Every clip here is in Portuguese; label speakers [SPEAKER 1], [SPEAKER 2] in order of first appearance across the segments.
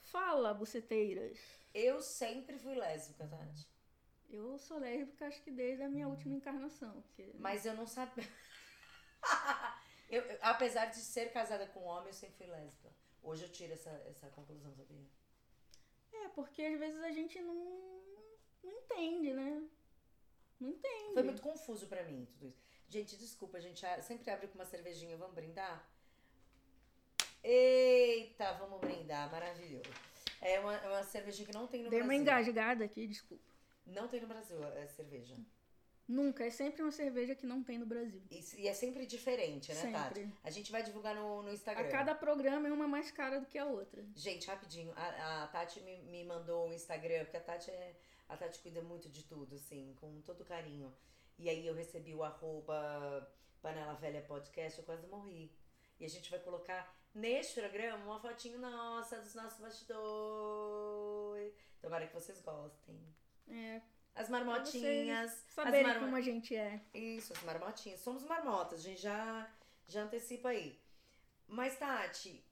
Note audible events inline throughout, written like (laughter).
[SPEAKER 1] Fala, buceteiras.
[SPEAKER 2] Eu sempre fui lésbica, Tati.
[SPEAKER 1] Eu sou lésbica, acho que desde a minha última encarnação. que-
[SPEAKER 2] Mas eu não sabia. (laughs) Eu- eu- apesar de ser casada com um homem, eu sempre fui lésbica. Hoje eu tiro essa, essa conclusão, sabia?
[SPEAKER 1] É, porque às vezes a gente não, não entende, né? Não entende.
[SPEAKER 2] Foi muito confuso pra mim tudo isso. Gente, desculpa, a gente a- sempre abre com uma cervejinha. Vamos brindar? Eita, vamos brindar, maravilhoso. É uma, é uma cervejinha que não tem no
[SPEAKER 1] Dei uma
[SPEAKER 2] Brasil.
[SPEAKER 1] engasgada aqui, desculpa.
[SPEAKER 2] Não tem no Brasil é cerveja.
[SPEAKER 1] Nunca, é sempre uma cerveja que não tem no Brasil.
[SPEAKER 2] E, s- e é sempre diferente, né, Tati?
[SPEAKER 1] Sempre.
[SPEAKER 2] A gente vai divulgar no, no Instagram.
[SPEAKER 1] A cada programa é uma mais cara do que a outra.
[SPEAKER 2] Gente, rapidinho, a, a Tati me, me mandou um Instagram, porque a Tati é. A Tati cuida muito de tudo, assim, com todo carinho. E aí eu recebi o arroba Panela Velha Podcast, eu quase morri. E a gente vai colocar neste programa uma fotinho nossa, dos nossos bastidores. Tomara que vocês gostem.
[SPEAKER 1] É,
[SPEAKER 2] As marmotinhas.
[SPEAKER 1] saberem
[SPEAKER 2] as marmo-
[SPEAKER 1] como a gente é.
[SPEAKER 2] isso, as marmotinhas. Somos marmotas, a gente já, já antecipa aí. Mas, Tati,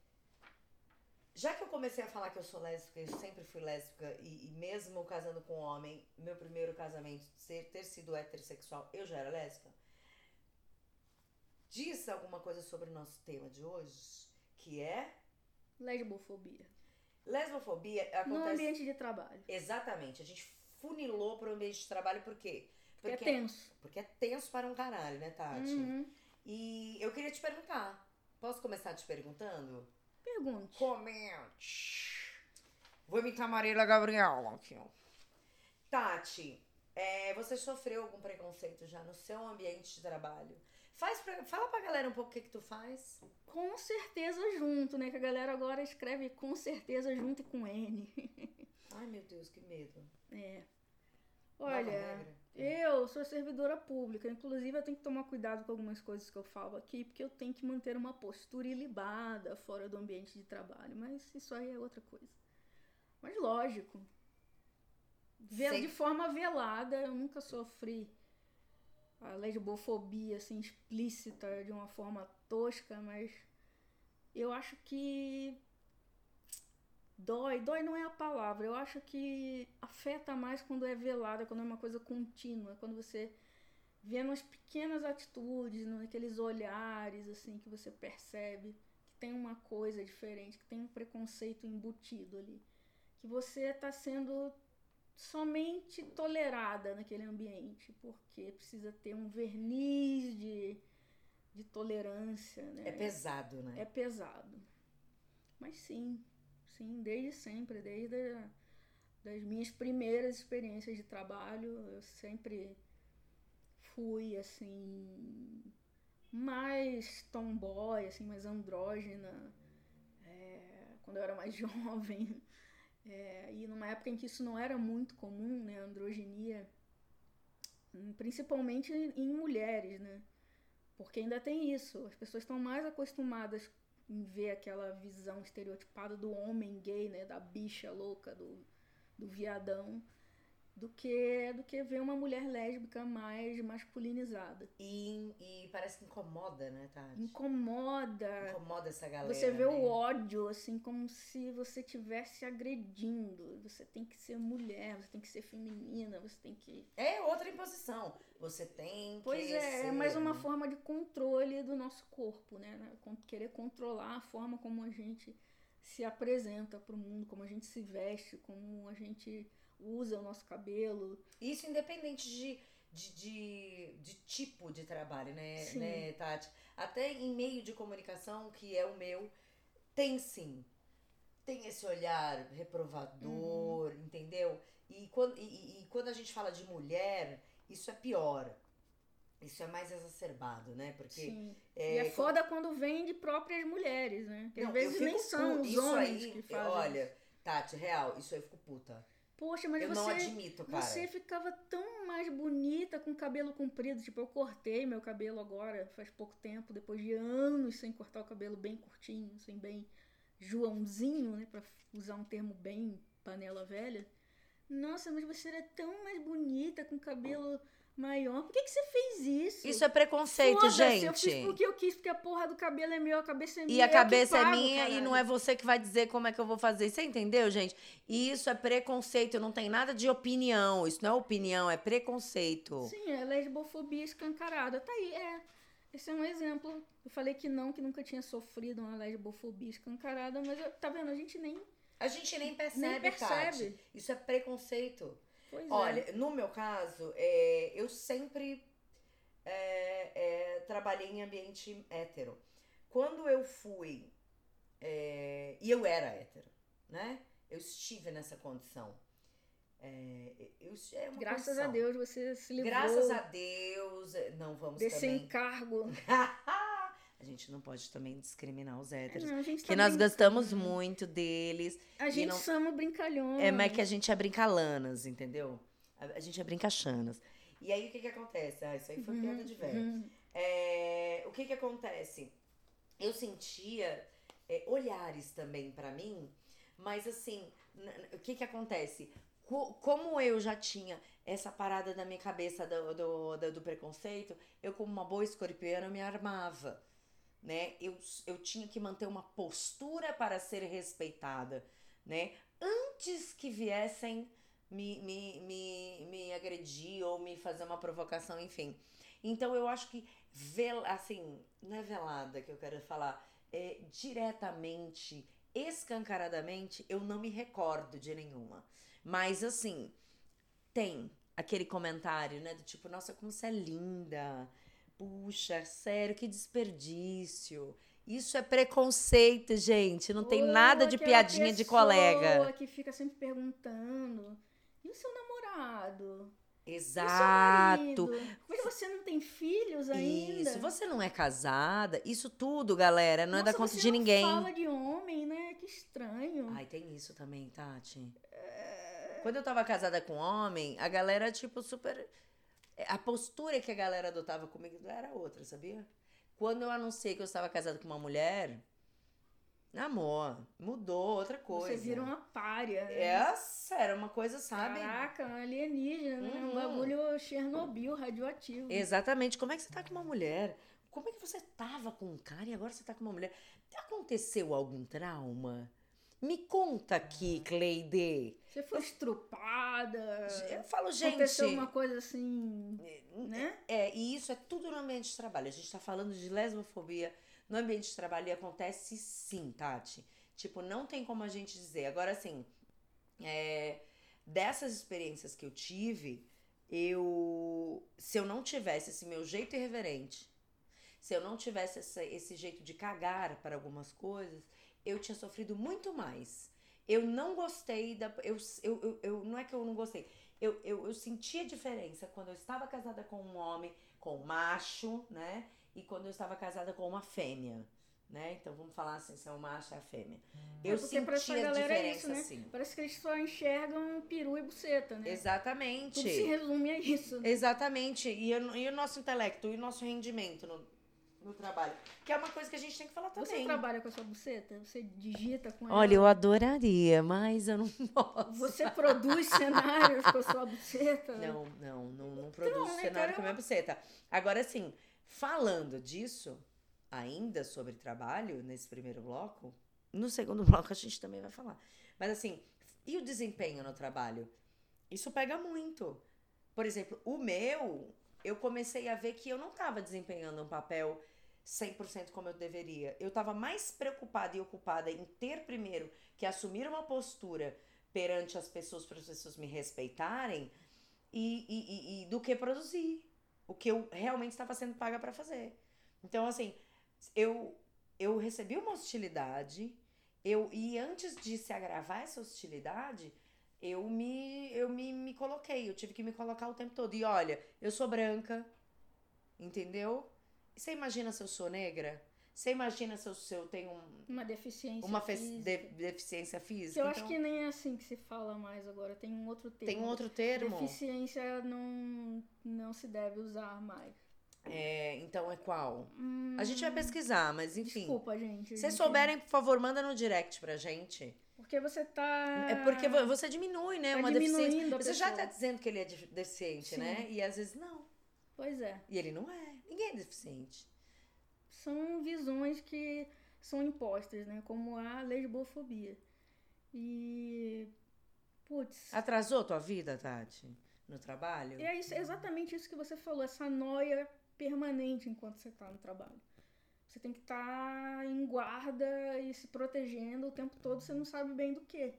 [SPEAKER 2] já que eu comecei a falar que eu sou lésbica, eu sempre fui lésbica, e, e mesmo casando com um homem, meu primeiro casamento ser, ter sido heterossexual, eu já era lésbica. Diz alguma coisa sobre o nosso tema de hoje, que é
[SPEAKER 1] Lesbofobia.
[SPEAKER 2] lesbofobia
[SPEAKER 1] No
[SPEAKER 2] acontece.
[SPEAKER 1] ambiente de trabalho.
[SPEAKER 2] Exatamente, a gente funilou para o ambiente de trabalho, por quê?
[SPEAKER 1] Porque é tenso.
[SPEAKER 2] porque é tenso para um caralho, né, Tati?
[SPEAKER 1] Uhum.
[SPEAKER 2] E eu queria te perguntar. Posso começar te perguntando?
[SPEAKER 1] Pergunte.
[SPEAKER 2] Comente. Vou imitar a Marília Gabriela aqui. ó. Tati, é, você sofreu algum preconceito já no seu ambiente de trabalho? Faz pra, fala pra galera um pouco o que, que tu faz.
[SPEAKER 1] Com certeza junto, né? Que a galera agora escreve com certeza junto e com N. (laughs) É.
[SPEAKER 2] Ai, meu Deus, que medo. Nova
[SPEAKER 1] Olha,
[SPEAKER 2] regra.
[SPEAKER 1] eu sou servidora pública, inclusive eu tenho que tomar cuidado com algumas coisas que eu falo aqui, porque eu tenho que manter uma postura ilibada fora do ambiente de trabalho, mas isso aí é outra coisa. Mas lógico, ve-
[SPEAKER 2] Sei.
[SPEAKER 1] de forma velada, eu nunca sofri a lesbofobia assim explícita de uma forma tosca, mas eu acho que dói, dói não é a palavra. Eu acho que afeta mais quando é velada, quando é uma coisa contínua, quando você vê nas pequenas atitudes, naqueles olhares assim que você percebe que tem uma coisa diferente, que tem um preconceito embutido ali, que você está sendo somente tolerada naquele ambiente, porque precisa ter um verniz de, de tolerância, né?
[SPEAKER 2] É pesado, né?
[SPEAKER 1] É pesado. Mas sim, sim, desde sempre, desde a, das minhas primeiras experiências de trabalho, eu sempre fui assim mais tomboy, assim, mais andrógena, é, quando eu era mais (laughs) jovem. É, e numa época em que isso não era muito comum, né, a androginia, hum, principalmente em mulheres, né? Porque ainda tem isso. As pessoas estão mais acostumadas em ver aquela visão estereotipada do homem gay, né? Da bicha louca, do, do viadão, do que, do que ver uma mulher lésbica mais masculinizada.
[SPEAKER 2] E, e parece que incomoda, né, Tati?
[SPEAKER 1] Incomoda.
[SPEAKER 2] Incomoda essa galera.
[SPEAKER 1] Você vê
[SPEAKER 2] né?
[SPEAKER 1] o ódio, assim, como se você estivesse agredindo. Você tem que ser mulher, você tem que ser feminina, você tem que.
[SPEAKER 2] É outra imposição. Você tem
[SPEAKER 1] Pois
[SPEAKER 2] que
[SPEAKER 1] é, é
[SPEAKER 2] ser,
[SPEAKER 1] mais uma
[SPEAKER 2] né?
[SPEAKER 1] forma de controle do nosso corpo, né? Con- Querer controlar a forma como a gente se apresenta pro mundo, como a gente se veste, como a gente usa o nosso cabelo.
[SPEAKER 2] Isso independente de, de, de, de tipo de trabalho, né,
[SPEAKER 1] Sim.
[SPEAKER 2] né, Tati? Até em meio de comunicação, que é o meu, tem sim. Tem esse olhar reprovador,
[SPEAKER 1] Uhum.
[SPEAKER 2] entendeu? E quando, e- e, e quando a gente fala de mulher, isso é pior. Isso é mais exacerbado, né? Porque
[SPEAKER 1] Sim.
[SPEAKER 2] é,
[SPEAKER 1] e é foda quando vem de próprias mulheres, né? Que
[SPEAKER 2] Não,
[SPEAKER 1] às vezes
[SPEAKER 2] eu fico
[SPEAKER 1] nem são
[SPEAKER 2] pu-
[SPEAKER 1] os
[SPEAKER 2] isso
[SPEAKER 1] homens
[SPEAKER 2] aí,
[SPEAKER 1] que fazem. isso.
[SPEAKER 2] Olha, Tati, real, isso aí eu fico puta.
[SPEAKER 1] Poxa, mas
[SPEAKER 2] eu
[SPEAKER 1] você.
[SPEAKER 2] não admito, cara.
[SPEAKER 1] Você ficava tão mais bonita com cabelo comprido. Tipo, eu cortei meu cabelo agora, faz pouco tempo, depois de anos sem cortar o cabelo bem curtinho, sem bem Joãozinho, né? Pra usar um termo bem panela velha. Nossa, mas você era tão mais bonita com cabelo maior. Por que, que você fez isso?
[SPEAKER 2] Isso é preconceito,
[SPEAKER 1] Foda-se,
[SPEAKER 2] gente.
[SPEAKER 1] Eu fiz porque eu quis, porque a porra do cabelo é meu, a cabeça é minha.
[SPEAKER 2] E a
[SPEAKER 1] eu que
[SPEAKER 2] cabeça é
[SPEAKER 1] pago,
[SPEAKER 2] minha e não
[SPEAKER 1] caralho.
[SPEAKER 2] é você que vai dizer como é que eu vou fazer. Você entendeu, gente? E isso é preconceito, não tem nada de opinião. Isso não é opinião, é preconceito.
[SPEAKER 1] Sim, é lesbofobia escancarada. Tá aí, é. Esse é um exemplo. Eu falei que não, que nunca tinha sofrido uma lesbofobia escancarada, mas eu- tá vendo? A gente nem,
[SPEAKER 3] A gente nem percebe,
[SPEAKER 1] nem
[SPEAKER 3] Tati.
[SPEAKER 1] percebe.
[SPEAKER 3] Isso é preconceito.
[SPEAKER 1] Pois é.
[SPEAKER 3] Olha, no meu caso, é, eu sempre é, é, trabalhei em ambiente hétero. Quando eu fui, é, e eu era hétero, né? Eu estive nessa condição. É, eu, é uma
[SPEAKER 1] Graças a
[SPEAKER 3] condição.
[SPEAKER 1] Deus você se livrou
[SPEAKER 3] Graças a Deus, é, não vamos
[SPEAKER 1] desse
[SPEAKER 3] também.
[SPEAKER 1] encargo.
[SPEAKER 3] (laughs) a gente não pode também discriminar os héteros.
[SPEAKER 1] Não, a gente
[SPEAKER 2] Que
[SPEAKER 1] tá
[SPEAKER 2] nós
[SPEAKER 1] brin-
[SPEAKER 2] gostamos muito deles.
[SPEAKER 1] A gente
[SPEAKER 2] não-
[SPEAKER 1] chama o brincalhão.
[SPEAKER 2] É, mas que a gente é brincalanas, entendeu? A, a gente é brincachanas.
[SPEAKER 3] E aí o que que acontece? Ah, isso aí foi piada de velho.
[SPEAKER 1] Uhum.
[SPEAKER 3] É, o que que acontece? Eu sentia é, olhares também pra mim, mas assim, n- n- o que que acontece? Co- como eu já tinha essa parada na minha cabeça do, do, do- do preconceito, eu como uma boa escorpiana eu me armava, né? Eu, s- eu tinha que manter uma postura para ser respeitada, né? Antes que viessem me, me, me, me agredir ou me fazer uma provocação, enfim. Então eu acho que vel, assim, não é velada que eu quero falar, é diretamente, escancaradamente, eu não me recordo de nenhuma. Mas assim, tem aquele comentário, né, do tipo, nossa, como você é linda. Puxa, sério, que desperdício.
[SPEAKER 2] Isso é preconceito, gente. Não tem nada
[SPEAKER 1] Ou
[SPEAKER 2] de
[SPEAKER 1] aquela
[SPEAKER 2] piadinha de
[SPEAKER 1] pessoa
[SPEAKER 2] colega.
[SPEAKER 1] que fica sempre perguntando. E o seu namorado? é E o seu
[SPEAKER 2] Exato.
[SPEAKER 1] marido? Mas você não tem filhos ainda?
[SPEAKER 2] Isso, você não é casada, isso tudo, galera, não é da
[SPEAKER 1] Nossa,
[SPEAKER 2] conta
[SPEAKER 1] você
[SPEAKER 2] de
[SPEAKER 1] não
[SPEAKER 2] ninguém.
[SPEAKER 1] fala de homem, né? Que estranho.
[SPEAKER 2] Ai, tem isso também, Tati.
[SPEAKER 1] É.
[SPEAKER 2] Quando eu tava casada com um homem, a galera, tipo, super. é, A postura que a galera adotava comigo era outra, sabia? Quando eu anunciei que eu estava casada com uma mulher, amor, mudou outra coisa.
[SPEAKER 1] você vira uma párea. né?
[SPEAKER 2] É. Essa era uma coisa, sabe?
[SPEAKER 1] Caraca, um alienígena, né? Um
[SPEAKER 2] Uhum.
[SPEAKER 1] bagulho Chernobyl radioativo.
[SPEAKER 2] Exatamente. Como é que você tá com uma mulher? Como é que você tava com um cara e agora você tá com uma mulher? Aconteceu algum trauma? Me conta aqui, Cleide.
[SPEAKER 1] Você foi estrupada.
[SPEAKER 2] Eu falo, gente.
[SPEAKER 1] Ah, Aconteceu uma coisa assim, né?
[SPEAKER 2] É, e isso é tudo no ambiente de trabalho. A gente tá falando de lesbofobia no ambiente de trabalho e acontece sim, Tati. Tipo, não tem como a gente dizer. Agora, assim, é, dessas experiências que eu tive, eu. Se eu não tivesse esse meu jeito irreverente, se eu não tivesse essa- esse jeito de cagar para algumas coisas, eu tinha sofrido muito mais. Eu não gostei da. Eu, eu, eu, eu- não é que eu não gostei. Eu, eu, eu senti a diferença quando eu estava casada com um homem, com um macho, né? E quando eu estava casada com uma fêmea, né? Então vamos falar assim, se é um macho, é a fêmea. Eu
[SPEAKER 1] Hum. porque pra
[SPEAKER 2] senti
[SPEAKER 1] essa
[SPEAKER 2] a
[SPEAKER 1] galera é
[SPEAKER 2] diferença,
[SPEAKER 1] isso, né?
[SPEAKER 2] assim.
[SPEAKER 1] Parece que eles só enxergam peru e buceta, né?
[SPEAKER 2] Exatamente.
[SPEAKER 1] Tudo se resume a isso.
[SPEAKER 2] Exatamente. E, o- e o nosso intelecto, e o nosso rendimento no, no trabalho. Que é uma coisa que a gente tem que falar também.
[SPEAKER 1] Você trabalha com a sua buceta? Você digita com ela?
[SPEAKER 2] Olha, eu adoraria, mas eu não (laughs) posso.
[SPEAKER 1] Você
[SPEAKER 2] (laughs)
[SPEAKER 1] produz cenários com a sua buceta?
[SPEAKER 2] Não, não, não, não produzo
[SPEAKER 1] né,
[SPEAKER 2] cenário com
[SPEAKER 1] cara,
[SPEAKER 2] a minha buceta. Agora, assim, falando disso, ainda sobre trabalho, nesse primeiro bloco, no segundo (laughs) bloco a gente também vai falar. Mas, assim, e o desempenho no trabalho? Isso pega muito. Por exemplo, o meu, eu comecei a ver que eu não estava desempenhando um papel 100% como eu deveria. Eu estava mais preocupada e ocupada em ter, primeiro, que assumir uma postura perante as pessoas para as pessoas me respeitarem e, e- e- e do que produzir o que eu realmente estava sendo paga para fazer. Então, assim, eu, eu recebi uma hostilidade, eu e antes de se agravar essa hostilidade, eu me eu me, me coloquei, eu tive que me colocar o tempo todo. E olha, eu sou branca, entendeu? E Você imagina se eu sou negra? Você imagina se eu, se eu tenho um-
[SPEAKER 1] Uma deficiência.
[SPEAKER 2] uma fe-
[SPEAKER 1] é física.
[SPEAKER 2] de- deficiência física?
[SPEAKER 1] Eu
[SPEAKER 2] Então,
[SPEAKER 1] acho que nem é assim que se fala mais agora. Tem um outro termo.
[SPEAKER 2] tem um outro termo.
[SPEAKER 1] Deficiência não, não se deve usar mais.
[SPEAKER 2] É, então é qual?
[SPEAKER 1] Hum,
[SPEAKER 2] A gente vai pesquisar, mas enfim.
[SPEAKER 1] Desculpa, gente.
[SPEAKER 2] Se
[SPEAKER 1] gente,
[SPEAKER 2] vocês souberem, por favor, manda no direct pra gente.
[SPEAKER 1] Porque você tá.
[SPEAKER 2] É porque vo- você diminui, né?
[SPEAKER 1] tá
[SPEAKER 2] uma
[SPEAKER 1] diminuindo
[SPEAKER 2] deficiência.
[SPEAKER 1] a
[SPEAKER 2] Você já tá
[SPEAKER 1] pessoa.
[SPEAKER 2] dizendo que ele é dif- deficiente,
[SPEAKER 1] Sim.
[SPEAKER 2] né? E às vezes não.
[SPEAKER 1] Pois é.
[SPEAKER 2] E ele não é. Ninguém é deficiente.
[SPEAKER 1] São visões que são impostas, né? Como a lesbofobia. E. Putz.
[SPEAKER 2] Atrasou tua vida, Tati? No trabalho?
[SPEAKER 1] É isso, é exatamente isso que você falou, essa noia permanente enquanto você está no trabalho. Você tem que estar tá em guarda e se protegendo o tempo todo, você não sabe bem do que.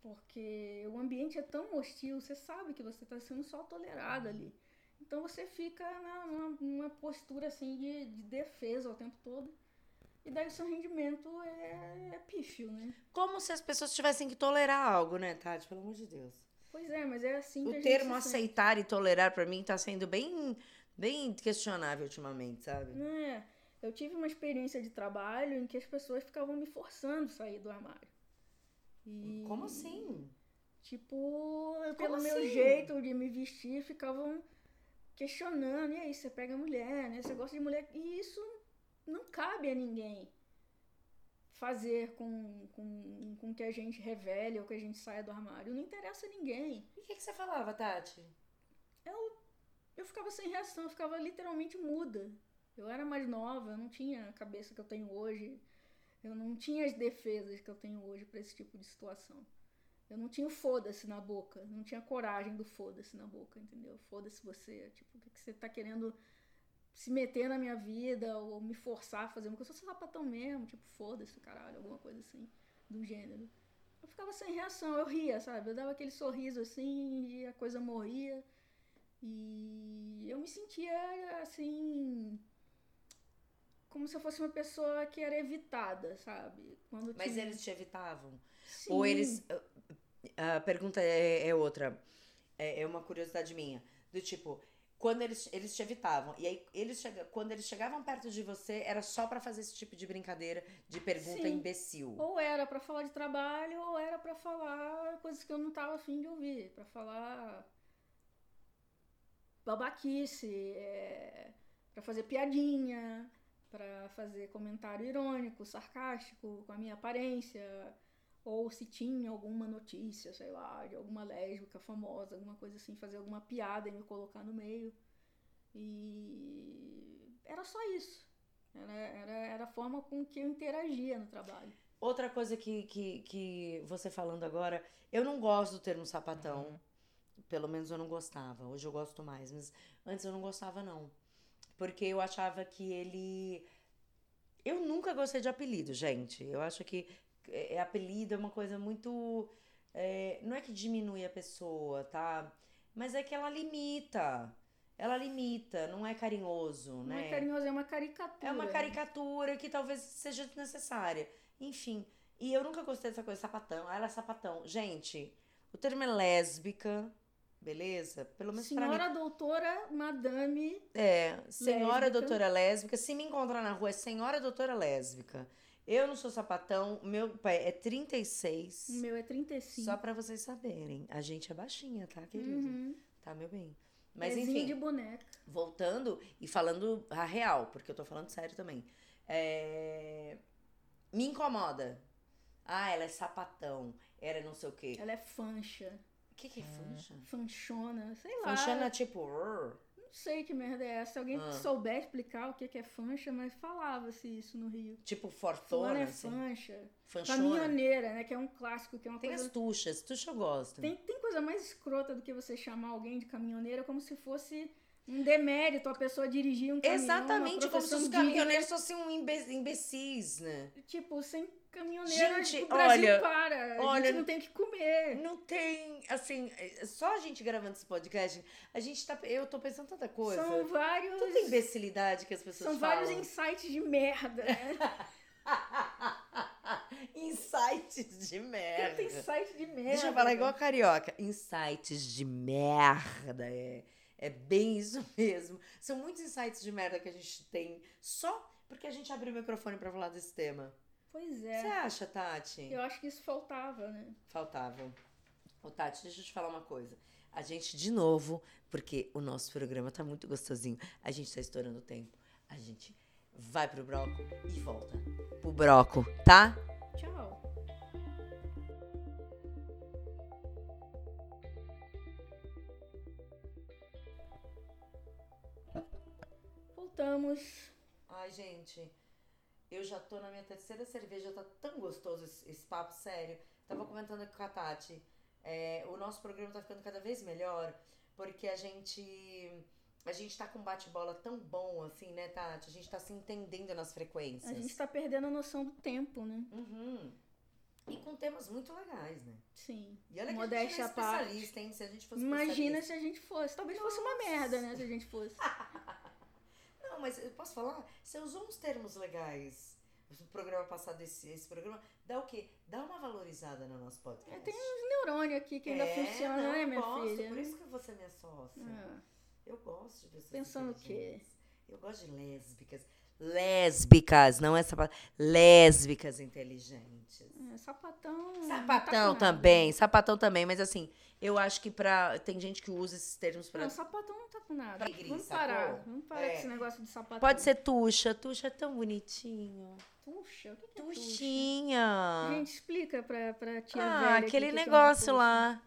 [SPEAKER 1] Porque o ambiente é tão hostil, você sabe que você está sendo só tolerado ali. Então você fica na, numa, numa postura assim de, de, defesa o tempo todo. E daí o seu rendimento é, é pífio, né?
[SPEAKER 2] Como se as pessoas tivessem que tolerar algo, né, Tati? Pelo amor de Deus.
[SPEAKER 1] Pois é, mas é assim
[SPEAKER 2] o
[SPEAKER 1] que
[SPEAKER 2] O termo aceitar sente. e tolerar para mim tá sendo bem, bem questionável ultimamente, sabe?
[SPEAKER 1] É. Eu tive uma experiência de trabalho em que as pessoas ficavam me forçando a sair do armário.
[SPEAKER 2] E... Como assim?
[SPEAKER 1] Tipo, Como pelo assim? meu jeito de me vestir, ficavam questionando, e aí, você pega mulher, né? Você gosta de mulher. E isso não cabe a ninguém fazer com, com, com que a gente revele ou que a gente saia do armário. Não interessa a ninguém.
[SPEAKER 2] E o que, que, você falava, Tati?
[SPEAKER 1] Eu, eu ficava sem reação, eu ficava literalmente muda. Eu era mais nova, eu não tinha a cabeça que eu tenho hoje. Eu não tinha as defesas que eu tenho hoje para esse tipo de situação. Eu não tinha o foda-se na boca, não tinha coragem do foda-se na boca, entendeu? Foda-se você, tipo, o que, que, você tá querendo se meter na minha vida ou me forçar a fazer uma coisa? Eu sou seu sapatão mesmo, tipo, foda-se, caralho, alguma coisa assim, do gênero. Eu ficava sem reação, eu ria, sabe? Eu dava aquele sorriso assim e a coisa morria. E eu me sentia assim. Como se eu fosse uma pessoa que era evitada, sabe?
[SPEAKER 2] Quando Mas tinha... eles te evitavam?
[SPEAKER 1] um
[SPEAKER 2] Sim. Ou eles. ah, A pergunta é, é outra. É, é, uma curiosidade minha. Do tipo, quando eles, eles te evitavam, e aí eles chega, quando eles chegavam perto de você, era só para fazer esse tipo de brincadeira, de pergunta Sim. imbecil.
[SPEAKER 1] Ou era para falar de trabalho, ou era para falar coisas que eu não tava afim de ouvir. para falar. babaquice, é, para fazer piadinha, para fazer comentário irônico, sarcástico, com a minha aparência ou se tinha alguma notícia, sei lá, de alguma lésbica famosa, alguma coisa assim, fazer alguma piada e me colocar no meio. E era só isso. Era, era, era a forma com que eu interagia no trabalho.
[SPEAKER 2] Outra coisa que, que, que você falando agora, eu não gosto do termo sapatão. Uhum. Pelo menos eu não gostava. Hoje eu gosto mais, mas antes eu não gostava, não. Porque eu achava que ele. Eu nunca gostei de apelido, gente. Eu acho que é, apelido é uma coisa muito. É, não é que diminui a pessoa, tá? Mas é que ela limita. Ela limita, não é carinhoso,
[SPEAKER 1] não
[SPEAKER 2] né?
[SPEAKER 1] Não é carinhoso, é uma caricatura.
[SPEAKER 2] É uma caricatura que talvez seja desnecessária. Enfim. E eu nunca gostei dessa coisa, sapatão. Ah, ela é sapatão. Gente, o termo é lésbica, beleza? Pelo menos
[SPEAKER 1] Senhora
[SPEAKER 2] pra mim.
[SPEAKER 1] doutora, madame.
[SPEAKER 2] É, senhora lésbica. doutora lésbica. Se me encontrar na rua, é senhora doutora lésbica. Eu não sou sapatão, meu pai é 36.
[SPEAKER 1] O meu é 35.
[SPEAKER 2] Só para vocês saberem, a gente é baixinha, tá, querido? Uhum. Tá, meu bem. Mas
[SPEAKER 1] Pezinho
[SPEAKER 2] enfim.
[SPEAKER 1] de boneca.
[SPEAKER 2] Voltando e falando a real, porque eu tô falando sério também. É... Me incomoda. Ah, ela é sapatão, ela é não sei o quê.
[SPEAKER 1] Ela é fancha.
[SPEAKER 2] O que, que é fancha? Ah.
[SPEAKER 1] Fanchona, sei
[SPEAKER 2] lá. Fanchona é tipo. Rrr.
[SPEAKER 1] Não sei que merda é essa. Se alguém ah. souber explicar o que é fancha, mas falava-se isso no Rio.
[SPEAKER 2] Tipo fortona? Fulana
[SPEAKER 1] é fancha. Fanchona. Caminhoneira, né? Que é um clássico, que é uma
[SPEAKER 2] tem
[SPEAKER 1] coisa...
[SPEAKER 2] Tem as tuchas. Tucha eu gosto.
[SPEAKER 1] Tem, tem coisa mais escrota do que você chamar alguém de caminhoneira como se fosse... Um demérito a pessoa dirigir um caminhão.
[SPEAKER 2] Exatamente, como se os caminhoneiros fossem um imbe imbecis, né?
[SPEAKER 1] Tipo, sem caminhoneiro, gente, o Brasil olha, para. Olha, a gente não tem o que comer.
[SPEAKER 2] Não tem, assim, só a gente gravando esse podcast, a gente tá. Eu tô pensando tanta coisa.
[SPEAKER 1] São vários.
[SPEAKER 2] Tanta imbecilidade que as pessoas
[SPEAKER 1] São
[SPEAKER 2] falam.
[SPEAKER 1] vários insights de merda, né?
[SPEAKER 2] (laughs) insights de merda.
[SPEAKER 1] (laughs) Tanta insight de merda.
[SPEAKER 2] É, Deixa eu falar igual a carioca. Insights de merda, é. É bem isso (laughs) mesmo. São muitos insights de merda que a gente tem só porque a gente abriu o microfone para falar desse tema.
[SPEAKER 1] Pois é.
[SPEAKER 2] Você acha, Tati?
[SPEAKER 1] Eu acho que isso faltava, né?
[SPEAKER 2] Faltava. Ô, Tati, deixa eu te falar uma coisa. A gente, de novo, porque o nosso programa tá muito gostosinho, a gente tá estourando o tempo. A gente vai pro broco e volta pro broco, tá?
[SPEAKER 1] Tchau. Voltamos.
[SPEAKER 2] Ai, gente, eu já tô na minha terceira cerveja, tá tão gostoso esse, esse papo, sério. Tava comentando aqui com a Tati, é, o nosso programa tá ficando cada vez melhor, porque a gente a gente tá com um bate-bola tão bom assim, né, Tati? A gente tá se entendendo nas frequências.
[SPEAKER 1] A gente tá perdendo a noção do tempo, né?
[SPEAKER 2] Uhum. E com temas muito legais, né?
[SPEAKER 1] Sim.
[SPEAKER 2] E olha que
[SPEAKER 1] Modéstia
[SPEAKER 2] a
[SPEAKER 1] à
[SPEAKER 2] gente não é
[SPEAKER 1] parte.
[SPEAKER 2] especialista, hein? Se a gente fosse
[SPEAKER 1] Imagina
[SPEAKER 2] especialista-
[SPEAKER 1] se a gente fosse. Talvez fosse uma merda, né? Se a gente fosse.
[SPEAKER 2] Não, mas eu posso falar? Você usou uns termos legais. O programa passado, esse, esse programa, dá o quê? Dá uma valorizada no nosso podcast.
[SPEAKER 1] É, tem uns neurônios aqui que ainda
[SPEAKER 2] É,
[SPEAKER 1] funcionam,
[SPEAKER 2] não,
[SPEAKER 1] né,
[SPEAKER 2] eu
[SPEAKER 1] minha
[SPEAKER 2] gosto,
[SPEAKER 1] filha?
[SPEAKER 2] Por isso que você é minha sócia.
[SPEAKER 1] Ah,
[SPEAKER 2] Eu gosto de pessoas
[SPEAKER 1] Pensando o quê?
[SPEAKER 2] inteligentes. Eu gosto de lésbicas. Lésbicas, não é essa palavra. Lésbicas inteligentes.
[SPEAKER 1] é, sapatão.
[SPEAKER 2] Sapatão
[SPEAKER 1] não tá com nada.
[SPEAKER 2] também, sapatão também, mas assim, eu acho que pra. Tem gente que usa esses termos pra.
[SPEAKER 1] Não, sapatão não tá com nada.
[SPEAKER 2] Tá gris,
[SPEAKER 1] vamos
[SPEAKER 2] sacou?
[SPEAKER 1] parar. Vamos parar
[SPEAKER 2] É.
[SPEAKER 1] com esse negócio de sapatão.
[SPEAKER 2] Pode ser tuxa, tuxa é tão bonitinho.
[SPEAKER 1] Tuxa? O que, que é tuxa?
[SPEAKER 2] Tuxinha.
[SPEAKER 1] Gente, explica pra, pra tia velha
[SPEAKER 2] ah,
[SPEAKER 1] aqui
[SPEAKER 2] aquele
[SPEAKER 1] o que que é uma
[SPEAKER 2] negócio
[SPEAKER 1] tuxa.
[SPEAKER 2] lá.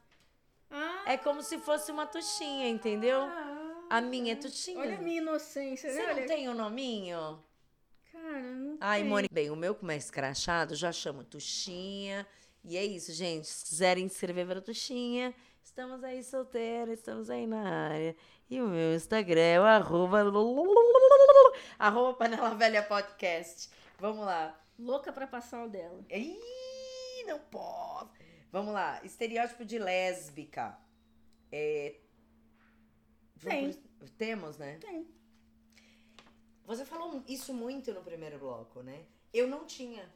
[SPEAKER 1] Ah,
[SPEAKER 2] É como se fosse uma tuxinha, entendeu? A minha é tuxinha.
[SPEAKER 1] Olha a minha inocência,
[SPEAKER 2] Você
[SPEAKER 1] né?
[SPEAKER 2] não
[SPEAKER 1] Olha,
[SPEAKER 2] tem o nominho?
[SPEAKER 1] Cara, não
[SPEAKER 2] Ai,
[SPEAKER 1] tem.
[SPEAKER 2] Mônica. Bem, o meu, como é escrachado, já chamo Tuxinha. E é isso, gente. Se quiserem se inscrever para Tuxinha, estamos aí solteira, estamos aí na área. E o meu Instagram é o arroba... arroba Panela Velha Podcast. Vamos lá.
[SPEAKER 1] Louca pra passar o dela.
[SPEAKER 2] Ih, não posso. Vamos lá. Estereótipo de lésbica. É...
[SPEAKER 1] Tem.
[SPEAKER 2] Vamos- Temos, né?
[SPEAKER 1] Tem.
[SPEAKER 2] Você falou isso muito no primeiro bloco, né? Eu não tinha.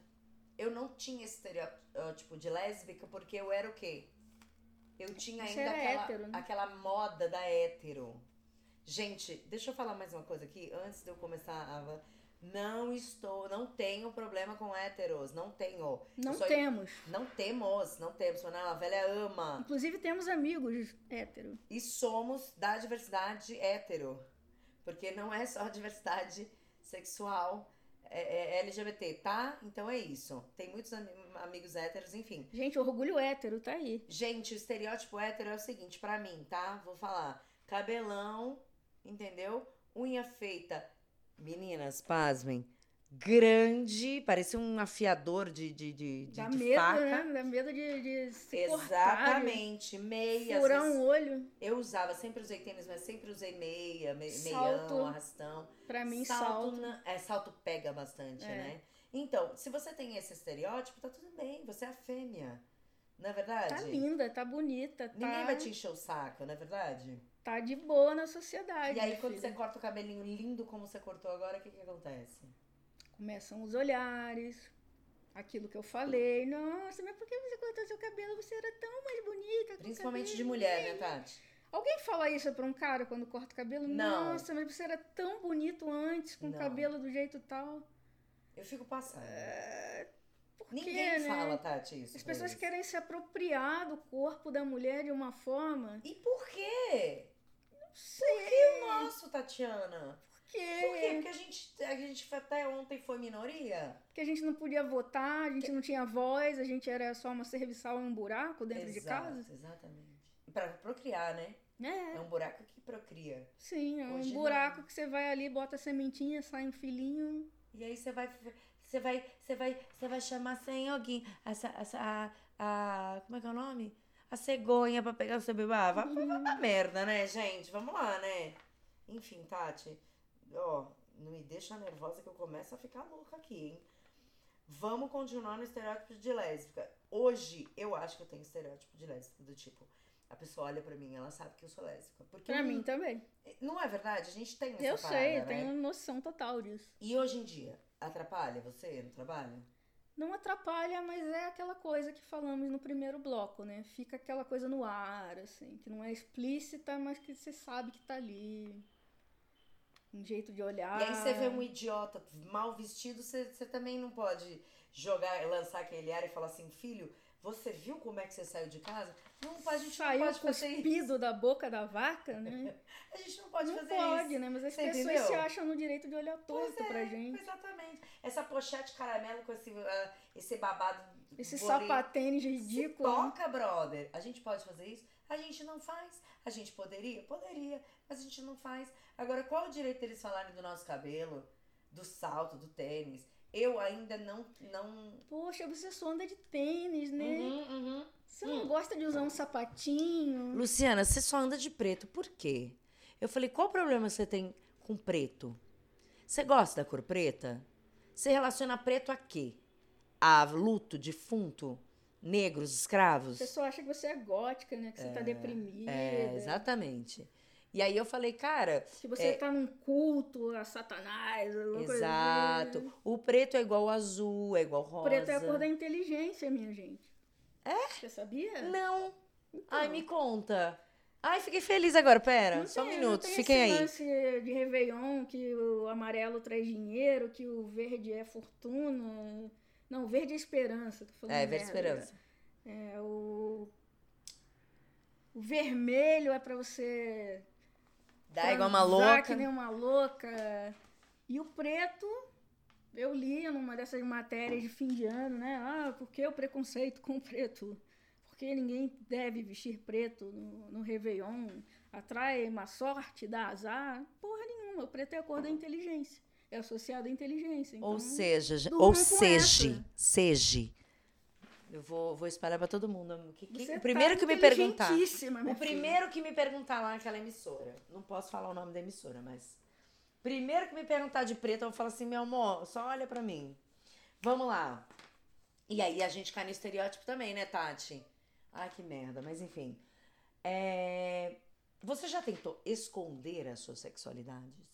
[SPEAKER 2] Eu não tinha esse estereótipo ah, tipo, de lésbica porque eu era o quê? Eu tinha
[SPEAKER 1] Você
[SPEAKER 2] ainda
[SPEAKER 1] era
[SPEAKER 2] aquela,
[SPEAKER 1] hétero, né?
[SPEAKER 2] aquela moda da hétero. Gente, deixa eu falar mais uma coisa aqui antes de eu começar a. va- Não estou, não tenho problema com héteros, não tenho.
[SPEAKER 1] Não
[SPEAKER 2] só-
[SPEAKER 1] temos.
[SPEAKER 2] Não temos, não temos. Panela velha ama.
[SPEAKER 1] Inclusive temos amigos hétero.
[SPEAKER 2] E somos da diversidade hétero. Porque não é só (laughs) diversidade sexual é, é LGBT, tá? Então é isso. Tem muitos ami- amigos héteros, enfim.
[SPEAKER 1] Gente, orgulho hétero tá aí.
[SPEAKER 2] Gente, o estereótipo hétero é o seguinte, pra mim, tá? Vou falar. Cabelão, entendeu? Unha feita. Meninas, pasmem. Grande, parecia um afiador de, de, de, de-
[SPEAKER 1] Dá
[SPEAKER 2] de
[SPEAKER 1] medo,
[SPEAKER 2] faca.
[SPEAKER 1] né? Dá medo de, de se
[SPEAKER 2] Exatamente.
[SPEAKER 1] cortar, de
[SPEAKER 2] é Meias.
[SPEAKER 1] furar um olho.
[SPEAKER 2] Eu usava, sempre usei tênis, mas sempre usei meia, me,
[SPEAKER 1] Salto.
[SPEAKER 2] meião, arrastão.
[SPEAKER 1] Pra mim, salto.
[SPEAKER 2] na- é, salto pega bastante,
[SPEAKER 1] É.
[SPEAKER 2] né? Então, se você tem esse estereótipo, tá tudo bem, você é a fêmea. Não é verdade?
[SPEAKER 1] Tá linda, tá bonita, tá,
[SPEAKER 2] Ninguém vai te encher o saco, não é verdade?
[SPEAKER 1] tá de boa na sociedade.
[SPEAKER 2] e aí,
[SPEAKER 1] minha
[SPEAKER 2] quando
[SPEAKER 1] filha.
[SPEAKER 2] você corta o cabelinho lindo como você cortou agora, o que que acontece?
[SPEAKER 1] Começam os olhares, aquilo que eu falei. Nossa, mas por que você cortou seu cabelo? Você era tão mais bonita. com
[SPEAKER 2] Principalmente de
[SPEAKER 1] cabelo.
[SPEAKER 2] mulher, né, Tati?
[SPEAKER 1] Alguém fala isso pra um cara quando corta o cabelo?
[SPEAKER 2] Não.
[SPEAKER 1] Nossa, mas você era tão bonito antes, com o
[SPEAKER 2] Não.
[SPEAKER 1] cabelo do jeito tal.
[SPEAKER 2] Eu fico passada.
[SPEAKER 1] É, Por quê,
[SPEAKER 2] Ninguém
[SPEAKER 1] né?
[SPEAKER 2] fala, Tati, isso.
[SPEAKER 1] As
[SPEAKER 2] pra
[SPEAKER 1] pessoas
[SPEAKER 2] eles.
[SPEAKER 1] querem se apropriar do corpo da mulher de uma forma.
[SPEAKER 2] E por quê?
[SPEAKER 1] Não sei
[SPEAKER 2] Nosso, Tatiana.
[SPEAKER 1] por
[SPEAKER 2] Por quê?
[SPEAKER 1] quê.
[SPEAKER 2] Porque a gente, a gente até ontem foi minoria?
[SPEAKER 1] Porque a gente não podia votar, a gente não tinha voz, a gente era só uma serviçal em um buraco dentro de
[SPEAKER 2] Exato,
[SPEAKER 1] casa.
[SPEAKER 2] Exatamente. E Pra procriar, né?
[SPEAKER 1] É,
[SPEAKER 2] É um buraco que procria.
[SPEAKER 1] sim, é um
[SPEAKER 2] Hoje não.
[SPEAKER 1] buraco que você vai ali, bota a sementinha, sai um filhinho.
[SPEAKER 2] E aí você vai. Você vai. Você vai. Você vai chamar sem alguém. Essa, essa, a, a- Como é que é o nome? A cegonha pra pegar o seu bebê. Ah, vai vai pra merda, né, gente? Vamos lá, né? Enfim, Tati. Ó, não me deixa nervosa que eu começo a ficar louca aqui, hein? Vamos continuar no estereótipo de lésbica. Hoje, eu acho que eu tenho estereótipo de lésbica do tipo. A pessoa olha pra mim, ela sabe que eu sou lésbica. Porque
[SPEAKER 1] Pra
[SPEAKER 2] eu
[SPEAKER 1] mim também.
[SPEAKER 2] Não é verdade? A gente tem essa
[SPEAKER 1] eu
[SPEAKER 2] parada,
[SPEAKER 1] sei,
[SPEAKER 2] né?
[SPEAKER 1] tenho noção total disso.
[SPEAKER 2] E hoje em dia, atrapalha você no trabalho?
[SPEAKER 1] Não atrapalha, mas é aquela coisa que falamos no primeiro bloco, né? Fica aquela coisa no ar, assim, que não é explícita, mas que você sabe que tá ali. Um jeito de olhar.
[SPEAKER 2] E aí você
[SPEAKER 1] Ah.
[SPEAKER 2] vê um idiota mal vestido, você, você também não pode jogar, lançar aquele ar e falar assim, filho,
[SPEAKER 3] Você viu como é que você saiu de casa? Não, a gente
[SPEAKER 1] Saiu
[SPEAKER 3] não pode fazer
[SPEAKER 1] cuspido
[SPEAKER 3] isso.
[SPEAKER 1] da boca da vaca, né?
[SPEAKER 3] A gente não pode
[SPEAKER 1] não
[SPEAKER 3] fazer
[SPEAKER 1] pode,
[SPEAKER 3] isso.
[SPEAKER 1] né? Mas as
[SPEAKER 3] Você
[SPEAKER 1] pessoas
[SPEAKER 3] entendeu?
[SPEAKER 1] se acham no direito de olhar
[SPEAKER 3] Pois
[SPEAKER 1] torto pra gente.
[SPEAKER 3] Exatamente. Essa pochete caramelo com esse, ah, esse babado.
[SPEAKER 1] Esse
[SPEAKER 3] bolinho.
[SPEAKER 1] sapatênis ridículo.
[SPEAKER 3] é. Se
[SPEAKER 1] né?
[SPEAKER 3] toca, brother. A gente pode fazer isso? A gente não faz. A gente poderia? Poderia, mas a gente não faz. Agora, qual o direito deles falarem do nosso cabelo, do salto, do tênis? Eu ainda não. não...
[SPEAKER 1] Poxa, você só anda de tênis, né?
[SPEAKER 3] Uhum, uhum.
[SPEAKER 1] Você não gosta de usar um sapatinho?
[SPEAKER 2] Luciana, você só anda de preto, por quê? Eu falei, qual problema você tem com preto? Você gosta da cor preta? Você relaciona preto a quê? A luto, defunto, negros, escravos?
[SPEAKER 1] Você só né? acha que você é gótica, né? Que você tá deprimida.
[SPEAKER 2] É, exatamente. E aí eu falei, cara,
[SPEAKER 1] Que você
[SPEAKER 2] É.
[SPEAKER 1] tá num culto a Satanás. alguma coisa assim.
[SPEAKER 2] exato. O preto é igual ao azul, é igual ao rosa.
[SPEAKER 1] Preto é a cor da inteligência, minha gente. É? Você sabia?
[SPEAKER 2] Não.
[SPEAKER 1] Então.
[SPEAKER 2] Ai, me conta. Ai, fiquei feliz agora, pera.
[SPEAKER 1] Não
[SPEAKER 2] só um
[SPEAKER 1] tem-
[SPEAKER 2] minuto,
[SPEAKER 1] não tem
[SPEAKER 2] fiquem aí.
[SPEAKER 1] esse lance de Réveillon, que o amarelo traz dinheiro, que o verde é fortuna. Não, verde é esperança. Tô falando
[SPEAKER 2] É, Verde
[SPEAKER 1] merda.
[SPEAKER 2] Esperança.
[SPEAKER 1] É, o... o vermelho é pra você
[SPEAKER 2] Dá igual uma
[SPEAKER 1] transar
[SPEAKER 2] louca.
[SPEAKER 1] que nem uma louca. E o preto, eu li numa dessas matérias de fim de ano, né? Ah, por que o preconceito com o preto? Porque ninguém deve vestir preto no, no Réveillon. Atrai má sorte, dá azar. Porra nenhuma, o preto é a cor da inteligência. É associado à inteligência. Então,
[SPEAKER 2] Ou seja, gente-
[SPEAKER 1] durma
[SPEAKER 2] ou
[SPEAKER 1] com
[SPEAKER 2] seja,
[SPEAKER 1] essa.
[SPEAKER 2] seja. Eu vou, vou espalhar pra todo mundo. O que- que-
[SPEAKER 1] você
[SPEAKER 2] o primeiro
[SPEAKER 1] tá
[SPEAKER 2] que me perguntar.
[SPEAKER 1] inteligentíssima, minha
[SPEAKER 2] O
[SPEAKER 1] filha.
[SPEAKER 2] primeiro que me perguntar lá naquela emissora. Não posso falar o nome da emissora, mas. Primeiro que me perguntar de preto, eu vou falar assim, meu amor, só olha pra mim. Vamos lá. E aí a gente cai no estereótipo também, né, Tati? Ai, que merda, mas enfim. É, Você já tentou esconder a sua sexualidade?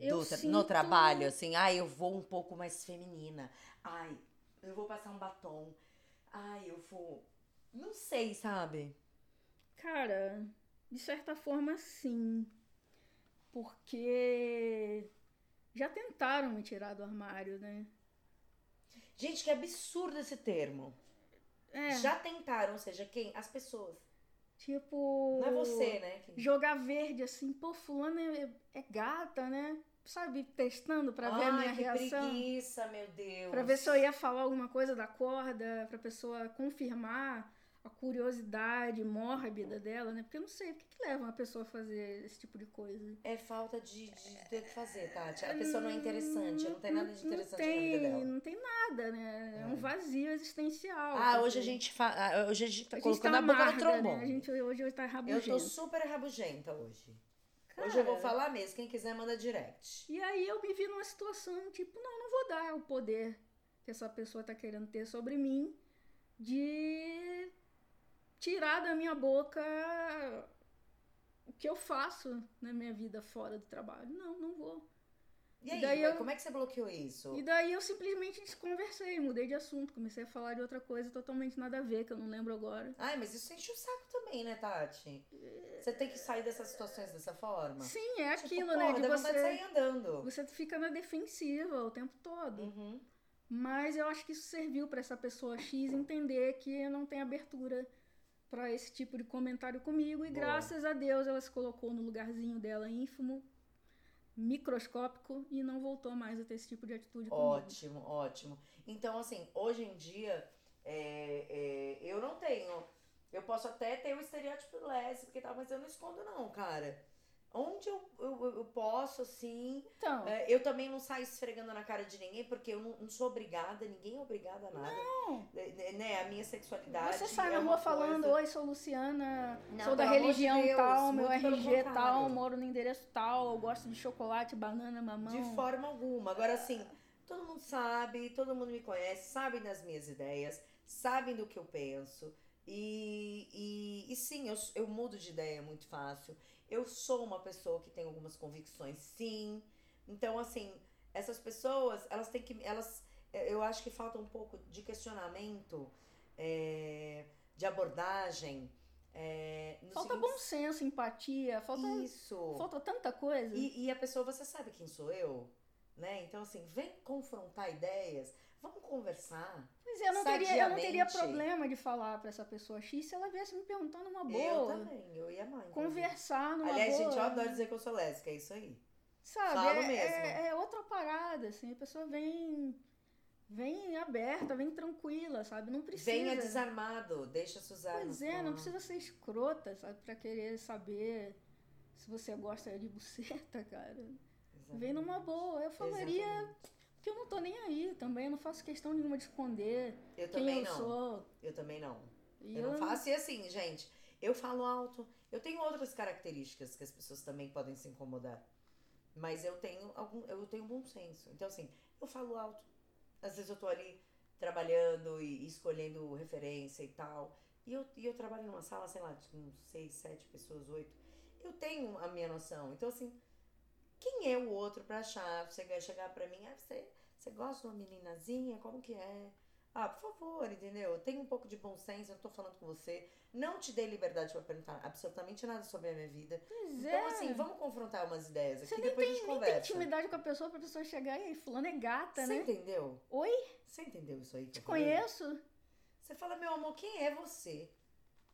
[SPEAKER 1] Eu
[SPEAKER 2] Do tra- No
[SPEAKER 1] sinto-
[SPEAKER 2] trabalho, assim, ai, eu vou um pouco mais feminina. Ai, eu vou passar um batom. Ai, eu vou. Não sei, sabe?
[SPEAKER 1] Cara, de certa forma, sim. Porque já tentaram me tirar do armário, né?
[SPEAKER 2] Gente, que absurdo esse termo.
[SPEAKER 1] É,
[SPEAKER 2] Já tentaram, ou seja, quem? As pessoas.
[SPEAKER 1] tipo.
[SPEAKER 2] Não é você, né? que-
[SPEAKER 1] Jogar verde assim, pô, fulana é, é gata, né? Sabe, testando pra ver a
[SPEAKER 2] Ai,
[SPEAKER 1] minha
[SPEAKER 2] que
[SPEAKER 1] reação.
[SPEAKER 2] preguiça, meu Deus.
[SPEAKER 1] Pra ver se eu ia falar alguma coisa da corda, pra pessoa confirmar a curiosidade mórbida dela, né? Porque eu não sei, o que, que leva uma pessoa a fazer esse tipo de coisa?
[SPEAKER 2] É falta de, de ter o que fazer, Tati. A pessoa não é interessante, não tem nada de interessante
[SPEAKER 1] Hum, não
[SPEAKER 2] na
[SPEAKER 1] tem,
[SPEAKER 2] vida dela.
[SPEAKER 1] Não tem nada, né? É, um vazio existencial.
[SPEAKER 2] Ah,
[SPEAKER 1] porque
[SPEAKER 2] hoje a gente, fa... ah, hoje a gente tá
[SPEAKER 1] a gente
[SPEAKER 2] colocando
[SPEAKER 1] tá
[SPEAKER 2] a boca no
[SPEAKER 1] amarga,
[SPEAKER 2] trombone.
[SPEAKER 1] Né? A gente hoje tá
[SPEAKER 2] Eu
[SPEAKER 1] rabugento.
[SPEAKER 2] tô super rabugenta hoje.
[SPEAKER 1] Cara,
[SPEAKER 2] Hoje eu vou falar mesmo. Quem quiser, manda direct.
[SPEAKER 1] E aí eu me vi numa situação, tipo, não, não vou dar o poder que essa pessoa tá querendo ter sobre mim de tirar da minha boca o que eu faço na minha vida fora do trabalho. Não, não vou.
[SPEAKER 2] E
[SPEAKER 1] E
[SPEAKER 2] aí,
[SPEAKER 1] daí
[SPEAKER 2] mas
[SPEAKER 1] eu-
[SPEAKER 2] como é que você bloqueou isso?
[SPEAKER 1] E daí eu simplesmente desconversei, mudei de assunto, comecei a falar de outra coisa totalmente nada a ver, que eu não lembro agora.
[SPEAKER 2] Ai, mas isso enche o saco também, né, Tati? Você tem que sair dessas situações dessa forma.
[SPEAKER 1] Sim, é
[SPEAKER 2] Tipo,
[SPEAKER 1] aquilo,
[SPEAKER 2] porra,
[SPEAKER 1] né? De
[SPEAKER 2] dá vontade
[SPEAKER 1] você,
[SPEAKER 2] de sair andando.
[SPEAKER 1] você fica na defensiva o tempo todo.
[SPEAKER 2] Uhum.
[SPEAKER 1] Mas eu acho que isso serviu pra essa pessoa X entender que não tem abertura pra esse tipo de comentário comigo. E
[SPEAKER 2] Boa.
[SPEAKER 1] graças a Deus ela se colocou no lugarzinho dela ínfimo, microscópico, e não voltou mais a ter esse tipo de atitude comigo.
[SPEAKER 2] Ótimo, ótimo. Então, assim, hoje em dia, é, é, eu não tenho. Eu posso até ter o estereótipo lésbico e tal, mas eu não escondo, não, cara. Onde eu, eu, eu- eu posso, assim.
[SPEAKER 1] Então,
[SPEAKER 2] é, eu também não saio esfregando na cara de ninguém, porque eu não, não sou obrigada, ninguém é obrigada a nada.
[SPEAKER 1] Não.
[SPEAKER 2] É, é, Né, a minha sexualidade.
[SPEAKER 1] você sai
[SPEAKER 2] é
[SPEAKER 1] na
[SPEAKER 2] uma
[SPEAKER 1] rua falando,
[SPEAKER 2] coisa-
[SPEAKER 1] oi, sou Luciana,
[SPEAKER 2] Não,
[SPEAKER 1] sou da
[SPEAKER 2] pelo amor de
[SPEAKER 1] religião
[SPEAKER 2] Deus,
[SPEAKER 1] tal,
[SPEAKER 2] muito
[SPEAKER 1] meu
[SPEAKER 2] pelo
[SPEAKER 1] RG tal,
[SPEAKER 2] contrário.
[SPEAKER 1] moro no endereço tal, eu gosto de chocolate, banana, mamão.
[SPEAKER 2] De forma alguma. Agora, assim, todo mundo sabe, todo mundo me conhece, sabem das minhas ideias, sabem do que eu penso. E, e, e sim, eu, eu mudo de ideia muito fácil. Eu sou uma pessoa que tem algumas convicções, sim. Então, assim, essas pessoas, elas têm que. Elas, eu acho que falta um pouco de questionamento, é, de abordagem. é, no
[SPEAKER 1] Falta
[SPEAKER 2] seguinte-
[SPEAKER 1] bom senso, empatia, falta,
[SPEAKER 2] Isso.
[SPEAKER 1] falta tanta coisa.
[SPEAKER 2] E, e a pessoa, você sabe quem sou eu? né? Então, assim, vem confrontar ideias, vamos conversar.
[SPEAKER 1] Mas é, eu não, teria, eu não teria
[SPEAKER 2] Sadiamente.
[SPEAKER 1] problema de falar pra essa pessoa X se ela viesse me perguntando uma
[SPEAKER 2] Eu
[SPEAKER 1] boa.
[SPEAKER 2] também, eu e a mãe.
[SPEAKER 1] Conversar numa
[SPEAKER 2] Aliás,
[SPEAKER 1] boa.
[SPEAKER 2] gente, eu adoro dizer que eu sou lésbica, é isso aí.
[SPEAKER 1] Sabe,
[SPEAKER 2] Falo
[SPEAKER 1] é,
[SPEAKER 2] mesmo.
[SPEAKER 1] É, é outra parada, assim, a pessoa vem, vem aberta, vem tranquila, sabe? Não precisa.
[SPEAKER 2] Venha desarmado, deixa Suzana.
[SPEAKER 1] Pois é, não precisa ser escrota, sabe, pra querer saber se você gosta de buceta, (laughs) cara. Vem numa boa. Eu falaria que eu não tô nem aí também, eu não faço questão nenhuma de esconder
[SPEAKER 2] Eu
[SPEAKER 1] quem
[SPEAKER 2] também
[SPEAKER 1] eu
[SPEAKER 2] não.
[SPEAKER 1] sou.
[SPEAKER 2] Eu também não.
[SPEAKER 1] E
[SPEAKER 2] Eu não faço. E assim, gente, eu falo alto. Eu tenho outras características que as pessoas também podem se incomodar. Mas eu tenho algum, eu tenho bom senso. Então, assim, eu falo alto. Às vezes eu tô ali trabalhando e escolhendo referência e tal. E eu, e eu trabalho numa sala, sei lá, de uns seis, sete pessoas, oito. Eu tenho a minha noção. Então, assim, quem é o outro pra achar? Você vai chegar pra mim, ah, você, você gosta de uma meninazinha? Como que é? Ah, por favor, entendeu? Tenha um pouco de bom senso, eu tô falando com você. Não te dei liberdade pra perguntar absolutamente nada sobre a minha vida.
[SPEAKER 1] Pois
[SPEAKER 2] Então,
[SPEAKER 1] é.
[SPEAKER 2] assim, vamos confrontar umas ideias aqui,
[SPEAKER 1] Você nem
[SPEAKER 2] depois a gente
[SPEAKER 1] Nem tem
[SPEAKER 2] conversa.
[SPEAKER 1] intimidade com a pessoa pra pessoa chegar e aí, fulano é gata,
[SPEAKER 2] Você
[SPEAKER 1] né?
[SPEAKER 2] entendeu?
[SPEAKER 1] Oi?
[SPEAKER 2] Você entendeu isso aí? que
[SPEAKER 1] Te
[SPEAKER 2] eu falei?
[SPEAKER 1] conheço?
[SPEAKER 2] Você fala, meu amor, quem é você?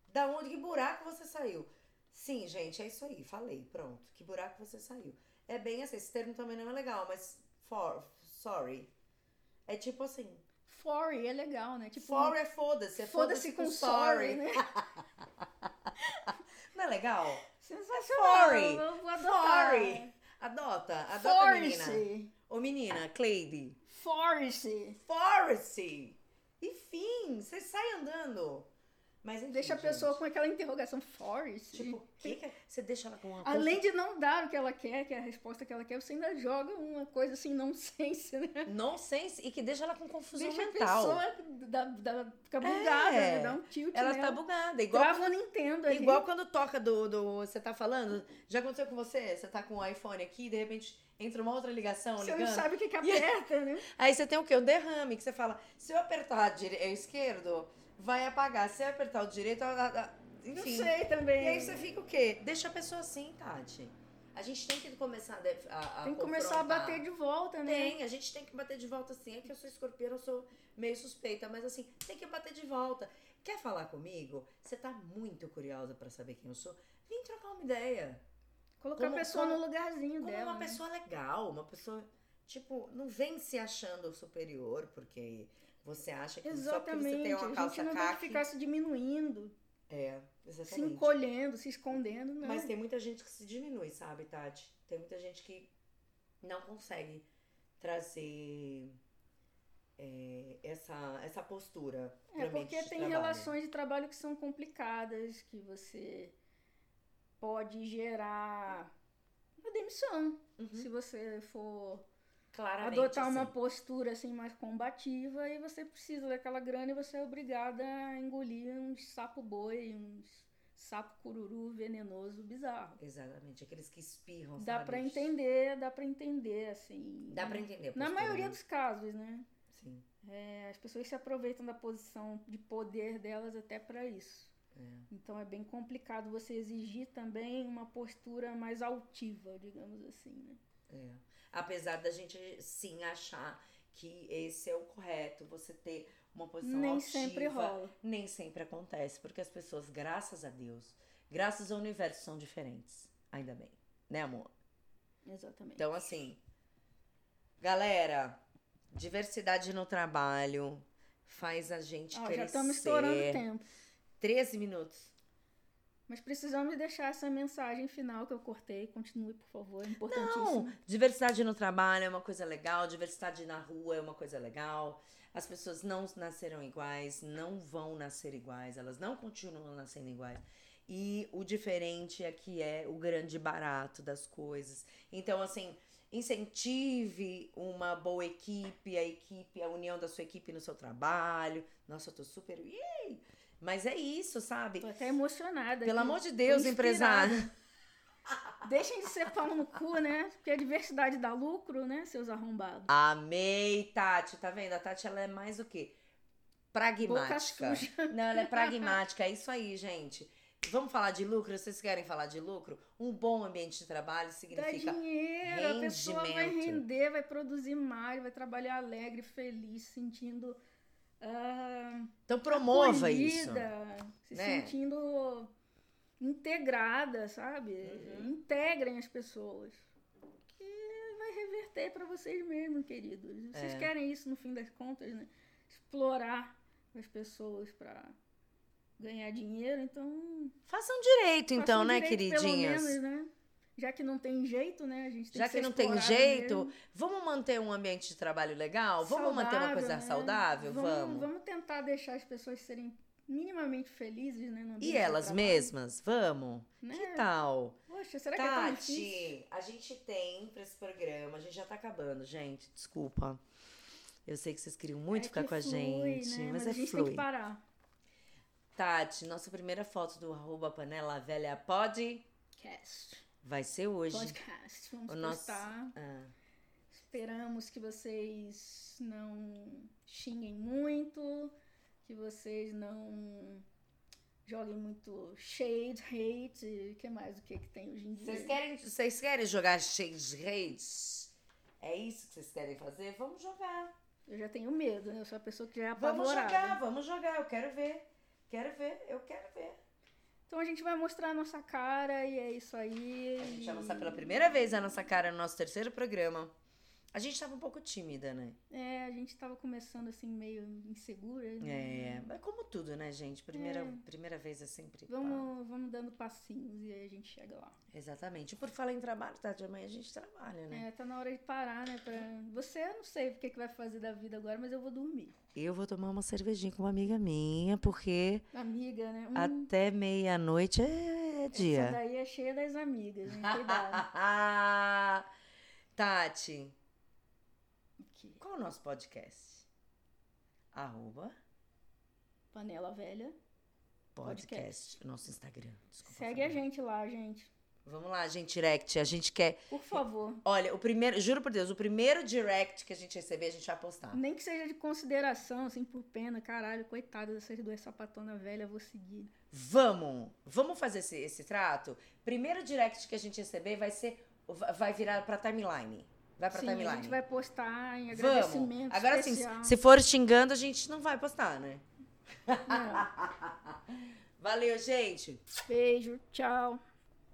[SPEAKER 2] Da onde, que buraco você saiu? Sim, gente, é isso aí, falei, pronto. Que buraco você saiu? É bem assim, esse termo também não é legal, mas for, sorry. É tipo assim,
[SPEAKER 1] Fory é legal, né? Tipo,
[SPEAKER 2] for é foda-se, é
[SPEAKER 1] foda-se
[SPEAKER 2] foda-se
[SPEAKER 1] com sorry,
[SPEAKER 2] (laughs)
[SPEAKER 1] né?
[SPEAKER 2] Não é legal?
[SPEAKER 4] É
[SPEAKER 1] Sensacional.
[SPEAKER 2] Fory.
[SPEAKER 1] eu (laughs) Vou adotar.
[SPEAKER 2] Sorry. Adota, adota a menina.
[SPEAKER 1] Force.
[SPEAKER 2] Ô menina, Cleide.
[SPEAKER 1] Force.
[SPEAKER 2] Force! Enfim, você sai andando. Mas enfim,
[SPEAKER 1] Deixa a
[SPEAKER 2] gente.
[SPEAKER 1] pessoa com aquela interrogação. Force.
[SPEAKER 2] Tipo, o que
[SPEAKER 4] é?
[SPEAKER 2] que- Você deixa ela com uma coisa-
[SPEAKER 1] Além de não dar o que ela quer, que é a resposta que ela quer, você ainda joga uma coisa assim, nonsense, né?
[SPEAKER 4] nonsense e que deixa ela com confusão
[SPEAKER 1] Deixa
[SPEAKER 4] mental.
[SPEAKER 1] a pessoa da, da, ficar bugada,
[SPEAKER 4] É.
[SPEAKER 1] né? Dá um tilt
[SPEAKER 4] Ela
[SPEAKER 1] nela.
[SPEAKER 4] tá bugada, igual
[SPEAKER 1] Trava o Nintendo ali.
[SPEAKER 4] Igual quando toca do, do. Você tá falando? Já aconteceu com você? Você tá com o iPhone aqui e de repente entra uma outra ligação
[SPEAKER 1] Você não
[SPEAKER 4] ligando.
[SPEAKER 1] sabe o que, que
[SPEAKER 4] (laughs) E-
[SPEAKER 1] aperta, né?
[SPEAKER 4] Aí você tem o quê?
[SPEAKER 2] Um
[SPEAKER 4] O derrame, que você fala, se eu apertar o dire... é, o esquerdo, vai apagar. Se eu apertar o direito, a- a- a-
[SPEAKER 1] Não
[SPEAKER 4] enfim.
[SPEAKER 1] sei também.
[SPEAKER 4] E aí você fica o quê? Deixa a pessoa assim, Tati.
[SPEAKER 2] A gente tem que começar a. def-
[SPEAKER 4] "Ah,
[SPEAKER 2] a, a
[SPEAKER 1] Tem que começar a
[SPEAKER 2] confrontar.
[SPEAKER 1] bater de volta, né?
[SPEAKER 2] Tem, a gente tem que bater de volta sim. É que eu sou escorpião, eu sou meio suspeita, mas assim, tem que bater de volta. Quer falar comigo? Você tá muito curiosa pra saber quem eu sou? Vem trocar uma ideia.
[SPEAKER 1] Colocar
[SPEAKER 2] Como-
[SPEAKER 1] a pessoa
[SPEAKER 2] como-
[SPEAKER 1] no lugarzinho
[SPEAKER 2] Como
[SPEAKER 1] dela.
[SPEAKER 2] uma
[SPEAKER 1] né?
[SPEAKER 2] pessoa legal, uma pessoa. Tipo, não vem se achando superior, porque você acha que só porque você
[SPEAKER 1] Exatamente.
[SPEAKER 2] tem uma
[SPEAKER 1] a gente
[SPEAKER 2] calça
[SPEAKER 1] não tem que
[SPEAKER 2] caqui.
[SPEAKER 1] ficar se diminuindo,
[SPEAKER 2] É,
[SPEAKER 1] se
[SPEAKER 2] exatamente.
[SPEAKER 1] encolhendo, né? se escondendo, não.
[SPEAKER 2] Mas tem muita gente que se diminui, sabe, Tati? Tem muita gente que não consegue trazer é, essa, essa postura. pro
[SPEAKER 1] é
[SPEAKER 2] ambiente
[SPEAKER 1] porque
[SPEAKER 2] de
[SPEAKER 1] tem
[SPEAKER 2] trabalho.
[SPEAKER 1] relações de trabalho que são complicadas, que você pode gerar uma demissão.
[SPEAKER 2] Uhum.
[SPEAKER 1] Se você for
[SPEAKER 2] Claramente.
[SPEAKER 1] adotar uma
[SPEAKER 2] assim.
[SPEAKER 1] postura assim mais combativa e você precisa daquela grana e você é obrigada a engolir uns sapo boi, uns sapo cururu venenoso bizarro.
[SPEAKER 2] Exatamente, aqueles que espirram.
[SPEAKER 1] Dá
[SPEAKER 2] sabe?
[SPEAKER 1] pra entender, dá pra entender assim.
[SPEAKER 2] Dá pra entender. a
[SPEAKER 1] Na
[SPEAKER 2] postura,
[SPEAKER 1] maioria
[SPEAKER 2] né?
[SPEAKER 1] dos casos, né?
[SPEAKER 2] Sim.
[SPEAKER 1] É, As pessoas se aproveitam da posição de poder delas até pra isso.
[SPEAKER 2] É.
[SPEAKER 1] Então é bem complicado você exigir também uma postura mais altiva, digamos assim, né?
[SPEAKER 2] É. Apesar da gente sim achar que esse é o correto, você ter uma posição
[SPEAKER 1] Nem
[SPEAKER 2] altiva,
[SPEAKER 1] sempre rola.
[SPEAKER 4] Nem sempre acontece, porque as pessoas, graças a Deus, graças ao universo, são diferentes. Ainda bem. Né, amor?
[SPEAKER 1] Exatamente.
[SPEAKER 4] Então, assim, galera, diversidade no trabalho faz a gente
[SPEAKER 1] Ó,
[SPEAKER 4] crescer.
[SPEAKER 1] já estamos estourando o tempo.
[SPEAKER 4] 13 minutos.
[SPEAKER 1] Mas precisamos deixar essa mensagem final que eu cortei. Continue, por favor. É importantíssimo.
[SPEAKER 4] Não, diversidade no trabalho é uma coisa legal, diversidade na rua é uma coisa legal. As pessoas não nasceram iguais, não vão nascer iguais, elas não continuam nascendo iguais. E o diferente é que é o grande barato das coisas. Então, assim, incentive uma boa equipe, a equipe, a união da sua equipe no seu trabalho. Nossa, eu tô super. Yay! Mas é isso, sabe?
[SPEAKER 1] Tô até emocionada.
[SPEAKER 4] Pelo
[SPEAKER 1] aqui.
[SPEAKER 4] amor de Deus,
[SPEAKER 1] Tô inspirada.
[SPEAKER 4] empresário.
[SPEAKER 1] Deixem de ser pau no cu, né? Porque a diversidade dá lucro, né, seus arrombados?
[SPEAKER 4] Amei, Tati. Tá vendo? A Tati, ela é mais o quê?
[SPEAKER 1] Boca
[SPEAKER 4] Pragmática.
[SPEAKER 1] suja.
[SPEAKER 4] Não, ela é pragmática. É isso aí, gente.
[SPEAKER 2] Vamos falar de lucro? Vocês querem falar de lucro? Um bom ambiente de trabalho
[SPEAKER 1] Dá
[SPEAKER 2] significa
[SPEAKER 1] dinheiro, a pessoa vai
[SPEAKER 2] rendimento.
[SPEAKER 1] render, vai produzir mais, vai trabalhar alegre, feliz, sentindo. ah,
[SPEAKER 2] Então promova
[SPEAKER 1] acolhida,
[SPEAKER 2] isso.
[SPEAKER 1] se
[SPEAKER 2] né?
[SPEAKER 1] sentindo integrada, sabe?
[SPEAKER 2] Uhum.
[SPEAKER 1] Integrem as pessoas. Que vai reverter para vocês mesmos, queridos. Vocês
[SPEAKER 2] É.
[SPEAKER 1] querem isso no fim das contas, né? Explorar as pessoas para ganhar dinheiro, então.
[SPEAKER 2] Façam direito,
[SPEAKER 1] façam
[SPEAKER 2] então, né,
[SPEAKER 1] direito, pelo
[SPEAKER 2] queridinhas?
[SPEAKER 1] menos, né? Já que não tem jeito, né? A gente tem
[SPEAKER 2] Já
[SPEAKER 1] ser
[SPEAKER 2] que não tem
[SPEAKER 1] explorado
[SPEAKER 2] jeito,
[SPEAKER 1] mesmo.
[SPEAKER 2] vamos manter um ambiente de trabalho legal? Vamos manter uma
[SPEAKER 1] Saudável,
[SPEAKER 2] coisa
[SPEAKER 1] né?
[SPEAKER 2] saudável? Vamos.
[SPEAKER 1] vamos. Vamos tentar deixar as pessoas serem minimamente felizes, né? no ambiente
[SPEAKER 2] E
[SPEAKER 1] de
[SPEAKER 2] elas
[SPEAKER 1] trabalho,
[SPEAKER 2] mesmas? Vamos?
[SPEAKER 1] Né?
[SPEAKER 2] Que tá- tal?
[SPEAKER 1] Poxa, será que é tão difícil?
[SPEAKER 3] Tati,
[SPEAKER 2] A gente tem pra esse programa, a gente já tá acabando, gente. Desculpa. Eu sei que vocês queriam muito
[SPEAKER 1] É
[SPEAKER 2] ficar
[SPEAKER 1] que
[SPEAKER 2] com a
[SPEAKER 1] flui,
[SPEAKER 2] gente,
[SPEAKER 1] né?
[SPEAKER 2] mas,
[SPEAKER 1] a
[SPEAKER 2] é
[SPEAKER 1] gente tem
[SPEAKER 2] flui.
[SPEAKER 1] que parar.
[SPEAKER 2] Tati, nossa primeira foto do arroba panela velha pode
[SPEAKER 1] Cast.
[SPEAKER 2] vai ser hoje.
[SPEAKER 1] Podcast. Vamos
[SPEAKER 2] O nosso-
[SPEAKER 1] postar.
[SPEAKER 2] Ah,
[SPEAKER 1] Esperamos que vocês não xinguem muito, que vocês não joguem muito shade, hate, o que mais, o que, que tem hoje em dia.
[SPEAKER 2] Vocês querem, vocês querem jogar Shades Reis? É isso que vocês querem fazer? Vamos jogar.
[SPEAKER 1] Eu já tenho medo, né? Eu sou a pessoa que já é
[SPEAKER 2] Vamos
[SPEAKER 1] apavorada.
[SPEAKER 2] jogar, vamos jogar. Eu quero ver. Quero ver, eu quero ver.
[SPEAKER 1] Então a gente vai mostrar a nossa cara e é isso aí.
[SPEAKER 2] A gente vai mostrar pela primeira vez a nossa cara no nosso terceiro programa. A gente tava um pouco tímida, né?
[SPEAKER 1] É, a gente tava começando assim meio insegura. né?
[SPEAKER 2] É, mas como tudo, né, gente? Primeira, primeira vez é sempre. pá.
[SPEAKER 1] Vamos, vamos dando passinhos e aí a gente chega lá.
[SPEAKER 2] Exatamente. E por falar em trabalho, Tati, amanhã a gente trabalha, né?
[SPEAKER 1] É, tá na hora de parar, né? pra- Você, eu não sei o que, que vai fazer da vida agora, mas eu vou dormir.
[SPEAKER 2] Eu vou tomar uma cervejinha com uma amiga minha, porque
[SPEAKER 1] Amiga, né? Hum,
[SPEAKER 2] até meia-noite é, é
[SPEAKER 1] Essa
[SPEAKER 2] dia.
[SPEAKER 1] daí é cheia das amigas, né?
[SPEAKER 2] (laughs)
[SPEAKER 1] Cuidado.
[SPEAKER 2] Tati,
[SPEAKER 1] Aqui.
[SPEAKER 2] qual é o nosso podcast? Arroba
[SPEAKER 1] Panela velha.
[SPEAKER 2] podcast.
[SPEAKER 1] Podcast.
[SPEAKER 2] Nosso Instagram. Desculpa
[SPEAKER 1] Segue a
[SPEAKER 2] falar.
[SPEAKER 1] gente lá, gente.
[SPEAKER 2] Vamos lá, gente, direct. A gente quer.
[SPEAKER 1] Por favor.
[SPEAKER 2] Olha, o primeiro, juro por Deus, o primeiro direct que a gente receber, a gente vai postar.
[SPEAKER 1] Nem que seja de consideração, assim, por pena. Caralho, coitada dessas duas sapatonas velhas, eu vou seguir.
[SPEAKER 2] Vamos! Vamos fazer esse, esse trato? Primeiro direct que a gente receber vai ser. va- Vai virar pra timeline. Vai pra
[SPEAKER 1] Sim,
[SPEAKER 2] timeline.
[SPEAKER 1] a gente vai postar em
[SPEAKER 2] Vamos!
[SPEAKER 1] agradecimento
[SPEAKER 2] Agora sim,
[SPEAKER 1] especial.
[SPEAKER 2] se for xingando, a gente não vai postar, né?
[SPEAKER 1] Não.
[SPEAKER 2] (laughs) Valeu, gente!
[SPEAKER 1] Beijo, tchau.